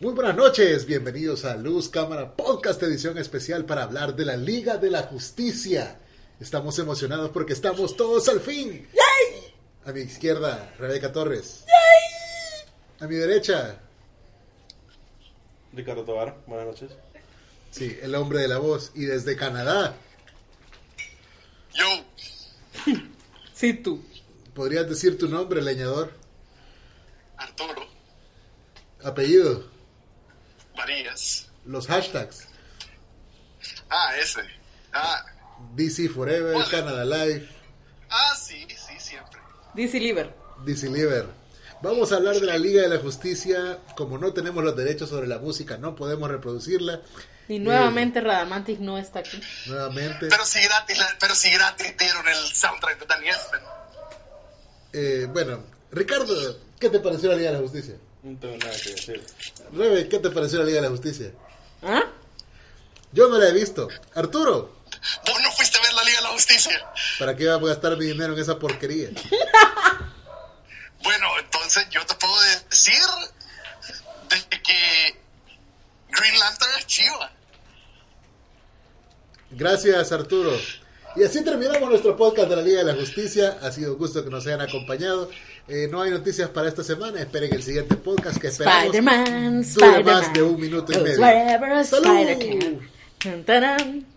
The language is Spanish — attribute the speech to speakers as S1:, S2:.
S1: Muy buenas noches, bienvenidos a Luz Cámara Podcast edición especial para hablar de la Liga de la Justicia. Estamos emocionados porque estamos todos al fin. A mi izquierda, Rebeca Torres. A mi derecha,
S2: Ricardo Tobar, buenas noches.
S1: sí, el hombre de la voz. Y desde Canadá,
S3: Yo,
S4: Sí, tú.
S1: ¿podrías decir tu nombre, leñador?
S3: Arturo,
S1: Apellido,
S3: Marías.
S1: los hashtags.
S3: Ah, ese. Ah,
S1: DC Forever, Canada Life,
S3: ah, sí, sí, siempre.
S4: DC Liver.
S1: DC Liver. Vamos a hablar de la Liga de la Justicia. Como no tenemos los derechos sobre la música, no podemos reproducirla.
S4: Y nuevamente Radamantis no está aquí.
S1: Nuevamente,
S3: Pero si gratis, la- pero si gratis dieron el soundtrack de Danny Elfman.
S1: eh, bueno, Ricardo, ¿qué te pareció la Liga de la Justicia?
S2: No tengo nada que decir.
S1: Rebe, ¿qué te pareció la Liga de la Justicia?
S4: ¿Ah?
S1: Yo no la he visto. Arturo,
S3: Vos no fuiste a ver la Liga de la Justicia.
S1: ¿para qué voy a gastar mi dinero en esa porquería?
S3: Bueno, entonces yo te puedo decir de que Green Lantern es chiva.
S1: Gracias, Arturo. Y así terminamos nuestro podcast de la Liga de la Justicia. Ha sido un gusto que nos hayan acompañado. Eh, no hay noticias para esta semana. Esperen el siguiente podcast que esperamos.
S4: Spider-Man,
S1: dure
S4: Spider-Man.
S1: más de un minuto y medio.
S4: Wherever a
S1: ¡Salud!
S4: Spider can. Tan, taran.